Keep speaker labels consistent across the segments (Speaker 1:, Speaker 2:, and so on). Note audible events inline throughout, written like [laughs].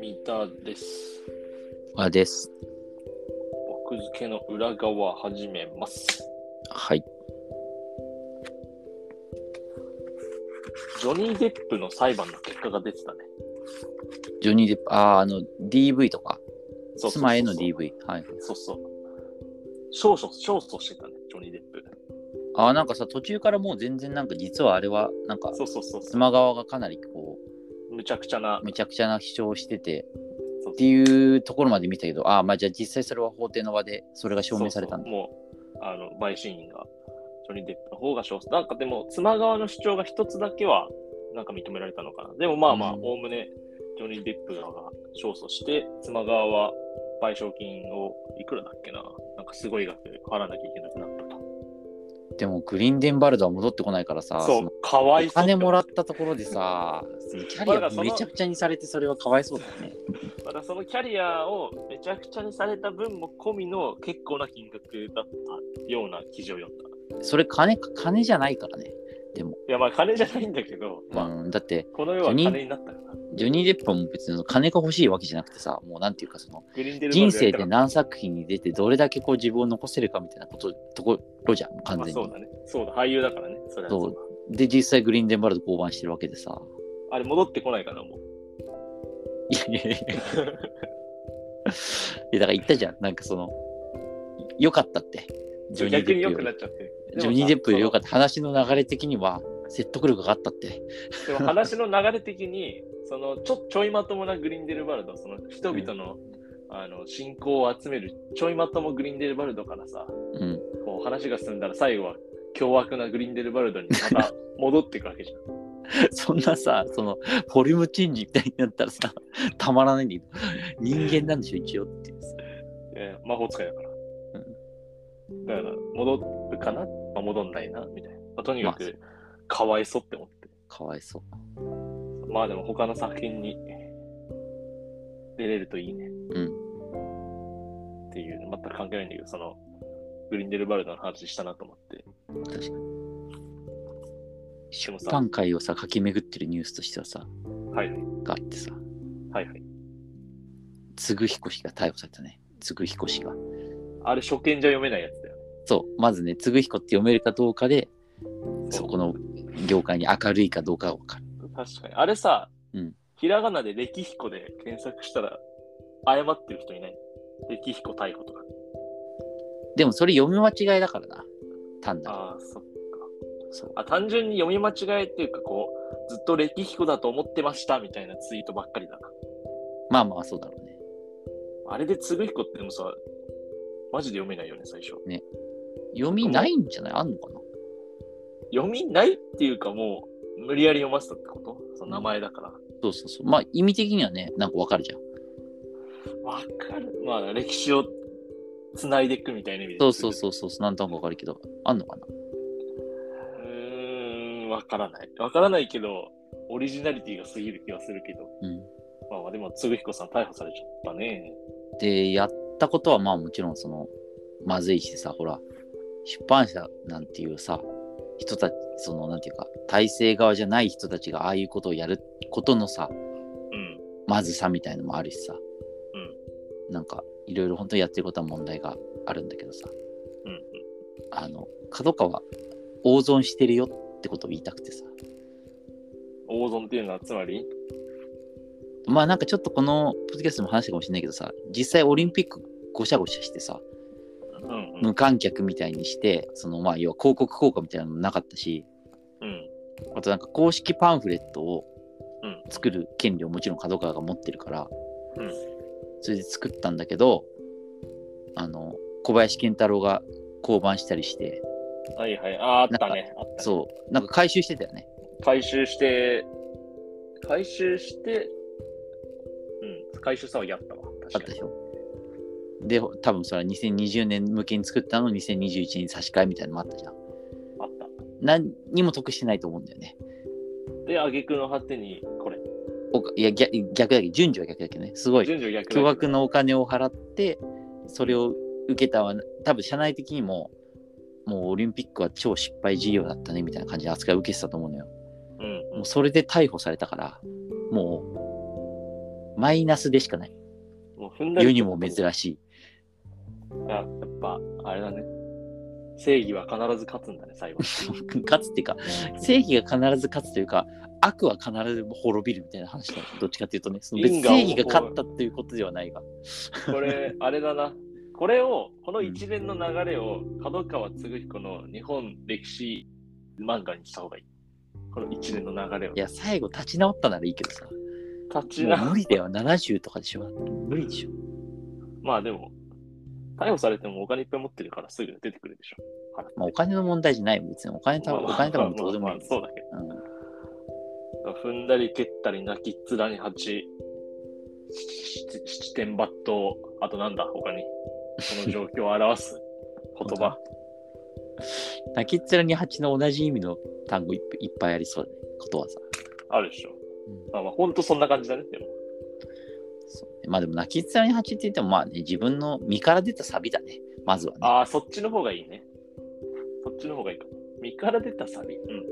Speaker 1: 三田です。
Speaker 2: あです。
Speaker 1: 奥付けの裏側始めます。
Speaker 2: はい。
Speaker 1: ジョニー・デップの裁判の結果が出てたね。
Speaker 2: ジョニー・デップ、ああ、あの、DV とか、
Speaker 1: そうそうそうそう
Speaker 2: 妻への DV。はい。
Speaker 1: そうそう。少々、少々してたね、ジョニー・デップ。
Speaker 2: ああ、なんかさ、途中からもう全然なんか、実はあれは、なんか、
Speaker 1: そうそうそうそう。
Speaker 2: 妻側がかなりこ
Speaker 1: むちゃくちゃな
Speaker 2: う、。めちゃくちゃな主張をしてて、
Speaker 1: そう
Speaker 2: っていうところまで見たけど、ああ、まあじゃあ実際それは法廷の場で、それが証明されたん
Speaker 1: そ
Speaker 2: だ。
Speaker 1: うそうもう、あの、陪審員が、ジョニー・デップの方が少数。なんかでも、妻側の主張が一つだけは、なんか認められたのかな。でもまあまあ、
Speaker 2: うん
Speaker 1: おおむね、ジョニー・デップ側が勝訴して、妻側は賠償金をいくらだっけな、なんかすごい額払わなきゃいけなくなったと。
Speaker 2: でも、グリーンデンバルドは戻ってこないからさ、
Speaker 1: そ
Speaker 2: その
Speaker 1: う、かわい
Speaker 2: お
Speaker 1: そう。
Speaker 2: 金もらったところでさ、そのキャリアめちゃくちゃにされて、それはかわいそうだよね。
Speaker 1: またそのキャリアをめちゃくちゃにされた分も込みの結構な金額だったような記事を読んだ。
Speaker 2: それ金か、金じゃないからね。
Speaker 1: いや、まあ金じゃないんだけど、まあ、
Speaker 2: うん、だって、
Speaker 1: この世は金になったから。
Speaker 2: ジョニー・デップはもう別に金が欲しいわけじゃなくてさ、もうなんていうかその
Speaker 1: グリーンデルバーグがや
Speaker 2: 人生
Speaker 1: りたか
Speaker 2: で
Speaker 1: った
Speaker 2: 何作品に出てどれだけこう自分を残せるかみたいなことところじゃん、完全
Speaker 1: まあ、そ
Speaker 2: に
Speaker 1: う。だね。そうだ、俳優だからね。それはそうだ
Speaker 2: で、実際グリーンデンバルド降板してるわけ
Speaker 1: [laughs]
Speaker 2: でさ。
Speaker 1: あれ、戻ってこないからもう。
Speaker 2: いやいやいやいや、だから言ったじゃん、なんかその、良かったって。ジョニー・
Speaker 1: 逆
Speaker 2: デ
Speaker 1: に
Speaker 2: ッ
Speaker 1: 良
Speaker 2: プ
Speaker 1: く
Speaker 2: よ
Speaker 1: なっちゃってる。
Speaker 2: り。ジョニー・デップより良か
Speaker 1: っ
Speaker 2: った。話の流れ的には説得力があったって。
Speaker 1: た。でも話の流れ的に、そのちょちょいまともなグリーンデルバルド、その人々の,、あの信仰を集めるちょいまともグリーンデルバルドからさ、
Speaker 2: うん。
Speaker 1: こう話が進んだら最後は凶悪なグリーンデルバルドにまた戻っていくわけじゃん。
Speaker 2: そんなさ、その、フォルムチェンジみたいになったらさ、たまらないんだけど、人間なんでしょ、一応っていうさ。
Speaker 1: えー魔法使いだから。だから、戻るかな、まあ、戻んないな、みたいな。まあ、とにかく、かわいそうって思って。
Speaker 2: かわいそう。
Speaker 1: まあでも他の作品に出れるといいね
Speaker 2: うん。
Speaker 1: っていう、全く関係ないんだけど、その、グリンデルバルドの話したなと思って。
Speaker 2: 確かに。
Speaker 1: で
Speaker 2: 出
Speaker 1: もさ
Speaker 2: 版界をさ、駆け巡ってるニュースとしてはさ、
Speaker 1: はいはい。
Speaker 2: があってさ、
Speaker 1: はいはい。
Speaker 2: 嗣彦氏が逮捕されたね。嗣彦氏が。
Speaker 1: あれ、初見じゃ読めないやつだよね。
Speaker 2: そう、まずね、嗣彦って読めるかどうかで、そこの業界に明るいかどうかが分かる。
Speaker 1: 確かに。あれさ、
Speaker 2: うん
Speaker 1: ひらがなで歴彦で検索したら、誤ってる人いない歴彦逮捕とか。
Speaker 2: でもそれ読み間違いだからな。単なる。
Speaker 1: ああ、そっか。
Speaker 2: そう。
Speaker 1: あ、単純に読み間違えっていうか、こう、ずっと歴彦だと思ってましたみたいなツイートばっかりだな。
Speaker 2: まあまあ、そうだろうね。
Speaker 1: あれで嗣彦ってでもさ、マジで読めないよね、最初。
Speaker 2: 読みないんじゃないあんのかな
Speaker 1: 読みないっていうかもう無理やり読ませたってことその名前だから。
Speaker 2: そうそうそう。まあ、意味的にはね、なんか分かるじゃん。
Speaker 1: わかる。まあ歴史をつないでいくみたいな意味で。
Speaker 2: そうそうそうそう。なんとなく分かるけど、あんのかな
Speaker 1: う。うーん、わからない。わからないけど、オリジナリティが過ぎる気がするけど。
Speaker 2: うん。
Speaker 1: まあまあでも、嗣彦さん逮捕されちゃったね。
Speaker 2: でやったことはまあもちろんそのまずいしさほら出版社なんていうさ人たちそのなんていうか体制側じゃない人たちがああいうことをやることのさ
Speaker 1: うん。
Speaker 2: まずさみたいのもあるしさ、
Speaker 1: う
Speaker 2: なんかいろいろ本当にやってることは問題があるんだけどさ
Speaker 1: うんうん。
Speaker 2: あの角川大損してるよってことを言いたくてさ
Speaker 1: 大損っていうのは、つまり、
Speaker 2: まあなんかちょっとこのポッドキャストでも話したかもしれないけどさ実際オリンピックごしゃごしゃしてさ
Speaker 1: うんうん。
Speaker 2: 無観客みたいにしてそのまあ要は広告効果みたいなのもなかったし
Speaker 1: うん。
Speaker 2: あとなんか公式パンフレットを
Speaker 1: うん
Speaker 2: 作る権利をもちろん角川が持ってるから、
Speaker 1: うん
Speaker 2: それで作ったんだけどあの小林健太郎が降板したりして
Speaker 1: はいはい。あ、あったね。あったね。
Speaker 2: そうなんか回収してたよね
Speaker 1: 回収して、回収して、うん。回収さはやったわ。
Speaker 2: あ
Speaker 1: 確か
Speaker 2: ったで
Speaker 1: に。
Speaker 2: しょで多分それは2020年向けに作ったのを2021年に差し替えみたいなのもあったじゃん
Speaker 1: あった。
Speaker 2: 何にも得してないと思うんだよね
Speaker 1: で、挙句の果てに、これ。
Speaker 2: おかいや逆逆だけど順序は逆だけどねすごい
Speaker 1: 順序逆だ
Speaker 2: 巨額のお金を払ってそれを受けたは多分社内的にももうオリンピックは超失敗事業だったねみたいな感じで扱いを受けてたと思うのよ。
Speaker 1: うん
Speaker 2: もうそれで逮捕されたから、もう、マイナスでしかない。
Speaker 1: もう踏んだり
Speaker 2: 世にも珍しい。
Speaker 1: あ
Speaker 2: [laughs]
Speaker 1: やっぱ、あれだね。正義は必ず勝つんだね、
Speaker 2: [laughs]
Speaker 1: 最後。
Speaker 2: 勝つっていうか、正義が必ず勝つというか、悪は必ず滅びるみたいな話だ。どっちかっていうとね、その別に
Speaker 1: 因果応
Speaker 2: 正
Speaker 1: 報
Speaker 2: 義が勝ったっていうことではないが。
Speaker 1: これ、あれだな。これを、この一連の流れを、角川嗣彦の日本歴史漫画にした方がいい。この一連の流れを
Speaker 2: い。や、最後立ち直ったならいいけどさ。
Speaker 1: 立ち
Speaker 2: もう
Speaker 1: な
Speaker 2: 無。理だよ、70とかでしょ。無理でしょ。
Speaker 1: まあでも、逮捕されてもお金いっぱい持ってるからすぐ出てくるでしょ。
Speaker 2: まあ、お金の問題じゃない。別にお金た、お金たもどうでも
Speaker 1: まあまあま
Speaker 2: いい
Speaker 1: あまあそうだけ
Speaker 2: うん
Speaker 1: ど。踏んだり蹴ったり泣きっ面に蜂、しし七点抜刀、あとなんだ、他に。この状況を表す
Speaker 2: [laughs]
Speaker 1: 言葉。
Speaker 2: 泣きっ面に蜂の同じ意味の単語いっぱいいっぱいありそうだね。ことわざ。
Speaker 1: あるでしょ。
Speaker 2: うん
Speaker 1: まあまあ、ほんとそんな感じだね。でも、
Speaker 2: そうねまあでも泣きっ面に蜂って言ってもまあね、自分の身から出たサビだね。まずはね。
Speaker 1: ああ、そっちの方がいいね。そっちの方がいいかも。身から出たサビ。うん。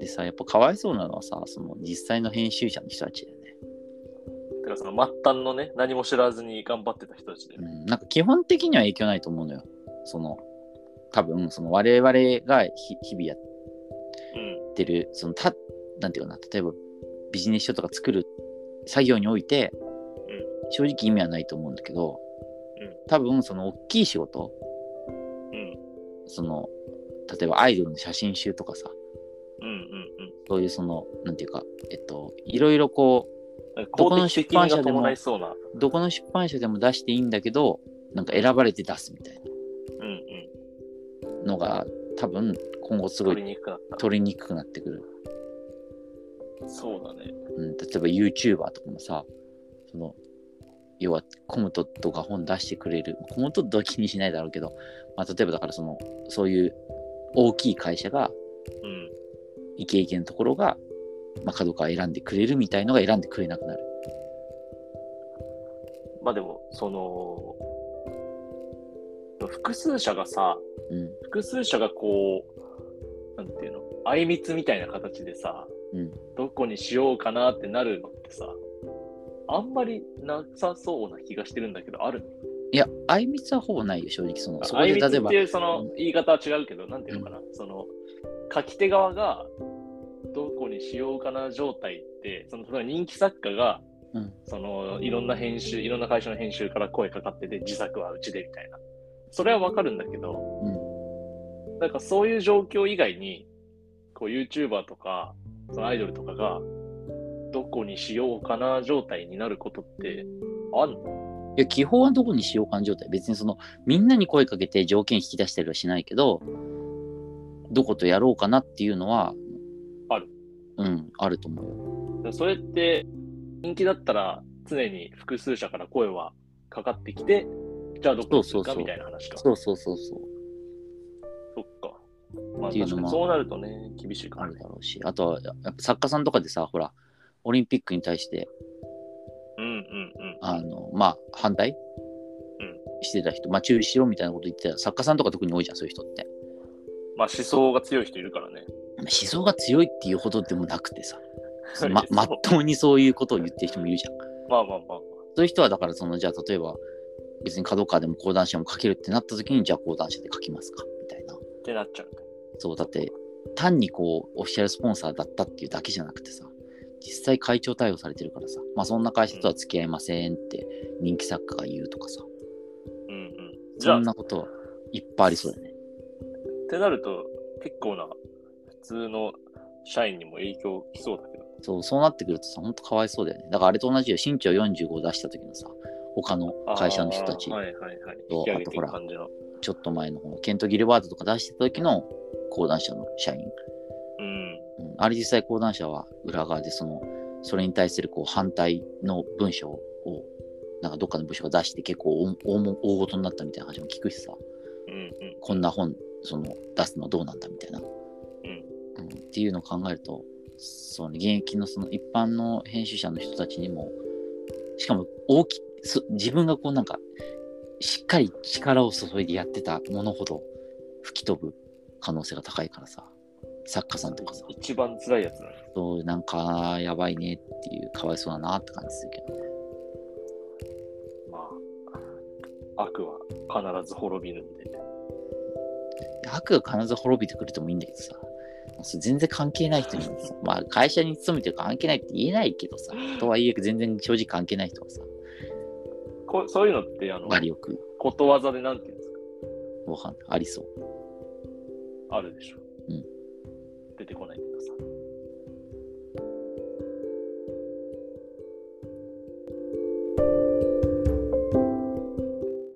Speaker 2: でさ、やっぱかわいそうなのはさ、その実際の編集者の人たちだよね。
Speaker 1: てか、その末端のね、何も知らずに頑張ってた人たちで。
Speaker 2: うん、なんか基本的には影響ないと思うのよ。その、多分、その我々がひ日々やっ
Speaker 1: うん。
Speaker 2: てる、そのた、なんていうかな、例えばビジネス書とか作る作業において、正直意味はないと思うんだけど、
Speaker 1: うん
Speaker 2: 多分その大きい仕事、
Speaker 1: うん。
Speaker 2: その例えばアイドルの写真集とかさ
Speaker 1: うん。うん。
Speaker 2: そういうそのなんていうかえっといろいろこ
Speaker 1: うん。
Speaker 2: どこ
Speaker 1: 公
Speaker 2: の
Speaker 1: 的
Speaker 2: 出
Speaker 1: 責
Speaker 2: 版
Speaker 1: 任が
Speaker 2: 社でも
Speaker 1: 伴いそうな。
Speaker 2: うどこの出版社でも出していいんだけどなんか選ばれて出すみたい
Speaker 1: うん。うん。
Speaker 2: なのが多分今後すご
Speaker 1: 取り
Speaker 2: い
Speaker 1: にくくなった。
Speaker 2: 取りにくくなってくる、
Speaker 1: そうだね。
Speaker 2: うん、例えば YouTuber とかもさその要はコムトットが本出してくれるコムトットは気にしないだろうけど、まあ、例えばだからそのそういう大きい会社が
Speaker 1: うん。
Speaker 2: イケイケのところが、まあ、角川選んでくれるみたいのが選んでくれなくなる
Speaker 1: まあでも、その、複数社がさ、
Speaker 2: うん
Speaker 1: 複数社がこう、なんていうの、あいみつみたいな形でさ、
Speaker 2: うん
Speaker 1: どこにしようかなってなるのってさ、あんまりなさそうな気がしてるんだけど、ある
Speaker 2: いや、あいみつはほぼないよ、正直。その、そこ
Speaker 1: あい
Speaker 2: で
Speaker 1: みつ
Speaker 2: 例え
Speaker 1: っ
Speaker 2: ば
Speaker 1: て、いうその言い方は違うけど、なんていうのかな、その書き手側がどこにしようかな状態って、その例えば人気作家が、
Speaker 2: うん
Speaker 1: そのいろんな編集、いろんな会社の編集から声かかってて、自作はうちでみたいな。それはわかるんだけど、
Speaker 2: うん、
Speaker 1: なんかそういう状況以外に、こう YouTuber とか、そのアイドルとかが、どこにしようかな状態になることって、あんの
Speaker 2: いや、基本はどこにしようかん状態。別にその、みんなに声かけて条件引き出したりはしないけど、どことやろうかなっていうのは、
Speaker 1: ある。
Speaker 2: うん、あると思うよ。
Speaker 1: でもそれって、人気だったら常に複数社から声はかかってきて、じゃあどこにする
Speaker 2: そうそう
Speaker 1: か
Speaker 2: そう
Speaker 1: みたいな話か。そ
Speaker 2: そうそうそうそう、
Speaker 1: っか。まあ
Speaker 2: っていう
Speaker 1: 確か
Speaker 2: のも
Speaker 1: にそうなるとね、厳しいか
Speaker 2: あ
Speaker 1: ら
Speaker 2: る
Speaker 1: ね。
Speaker 2: だろうし。あとは、やっぱ作家さんとかでさ、ほら、オリンピックに対して、
Speaker 1: うんうんうん。
Speaker 2: あの、まあ、反対、
Speaker 1: うん
Speaker 2: してた人、まあ、注意しろみたいなこと言ってた作家さんとか特に多いじゃん、そういう人って。
Speaker 1: まあ思想が強い人いるからね。、
Speaker 2: 思想が強いっていうほどでもなくてさ、ま
Speaker 1: [laughs]
Speaker 2: まっとうにそういうことを言ってる人もいるじゃん。
Speaker 1: まあまあまあ。
Speaker 2: そういう人はだからそのじゃあ例えば別に角川でも講談社も書けるってなった時にじゃあ講談社で書きますかみたいな
Speaker 1: ってなっちゃう。
Speaker 2: そうだって単にこうオフィシャルスポンサーだったっていうだけじゃなくてさ実際会長対応されてるからさまあそんな会社とは付き合いませんって人気作家が言うとかさ
Speaker 1: うんうん。じゃ
Speaker 2: そ
Speaker 1: あ
Speaker 2: ん、なこといっぱいありそうだよね
Speaker 1: ってなると、結構な普通の社員にも影響きそうだけど。
Speaker 2: そうそうなってくるとさほんとかわいそうだよねだからあれと同じよ身長45出した時のさ他の会社の人たち
Speaker 1: あーはいはいはい。
Speaker 2: と
Speaker 1: 引き上げていく感じの。
Speaker 2: ちょっと前の方ケント・ギルバートとか出してた時の講談社の社員
Speaker 1: うん。
Speaker 2: うんあれ実際講談社は裏側でそのそれに対するこう反対の文章をなんかどっかの部署が出して結構大大も大ごとになったみたいな話も聞くしさ
Speaker 1: うんうん。
Speaker 2: こんな本その出すのどうなんだみたいな、
Speaker 1: ん
Speaker 2: うんっていうのを考えるとその現役のその一般の編集者の人たちにもしかも大きそ自分がこうなんかしっかり力を注いでやってたものほど吹き飛ぶ可能性が高いからさ作家さんとかさ
Speaker 1: 一番辛いやつだね。
Speaker 2: そうなんかやばいねっていうかわいそうだなって感じするけどね
Speaker 1: まあ、悪は必ず滅びるんで。
Speaker 2: 悪が必ず滅びてくれてもいいんだけどさそれ全然関係ない人にさまあ会社に勤めてるから関係ないって言えないけどさとはいえ全然正直関係ない人がさ
Speaker 1: こうそういうのって、あの、
Speaker 2: 割り置く
Speaker 1: ことわざでなんていうんですか
Speaker 2: ご飯ありそう
Speaker 1: あるでしょ。
Speaker 2: うん
Speaker 1: 出てこないけどさ。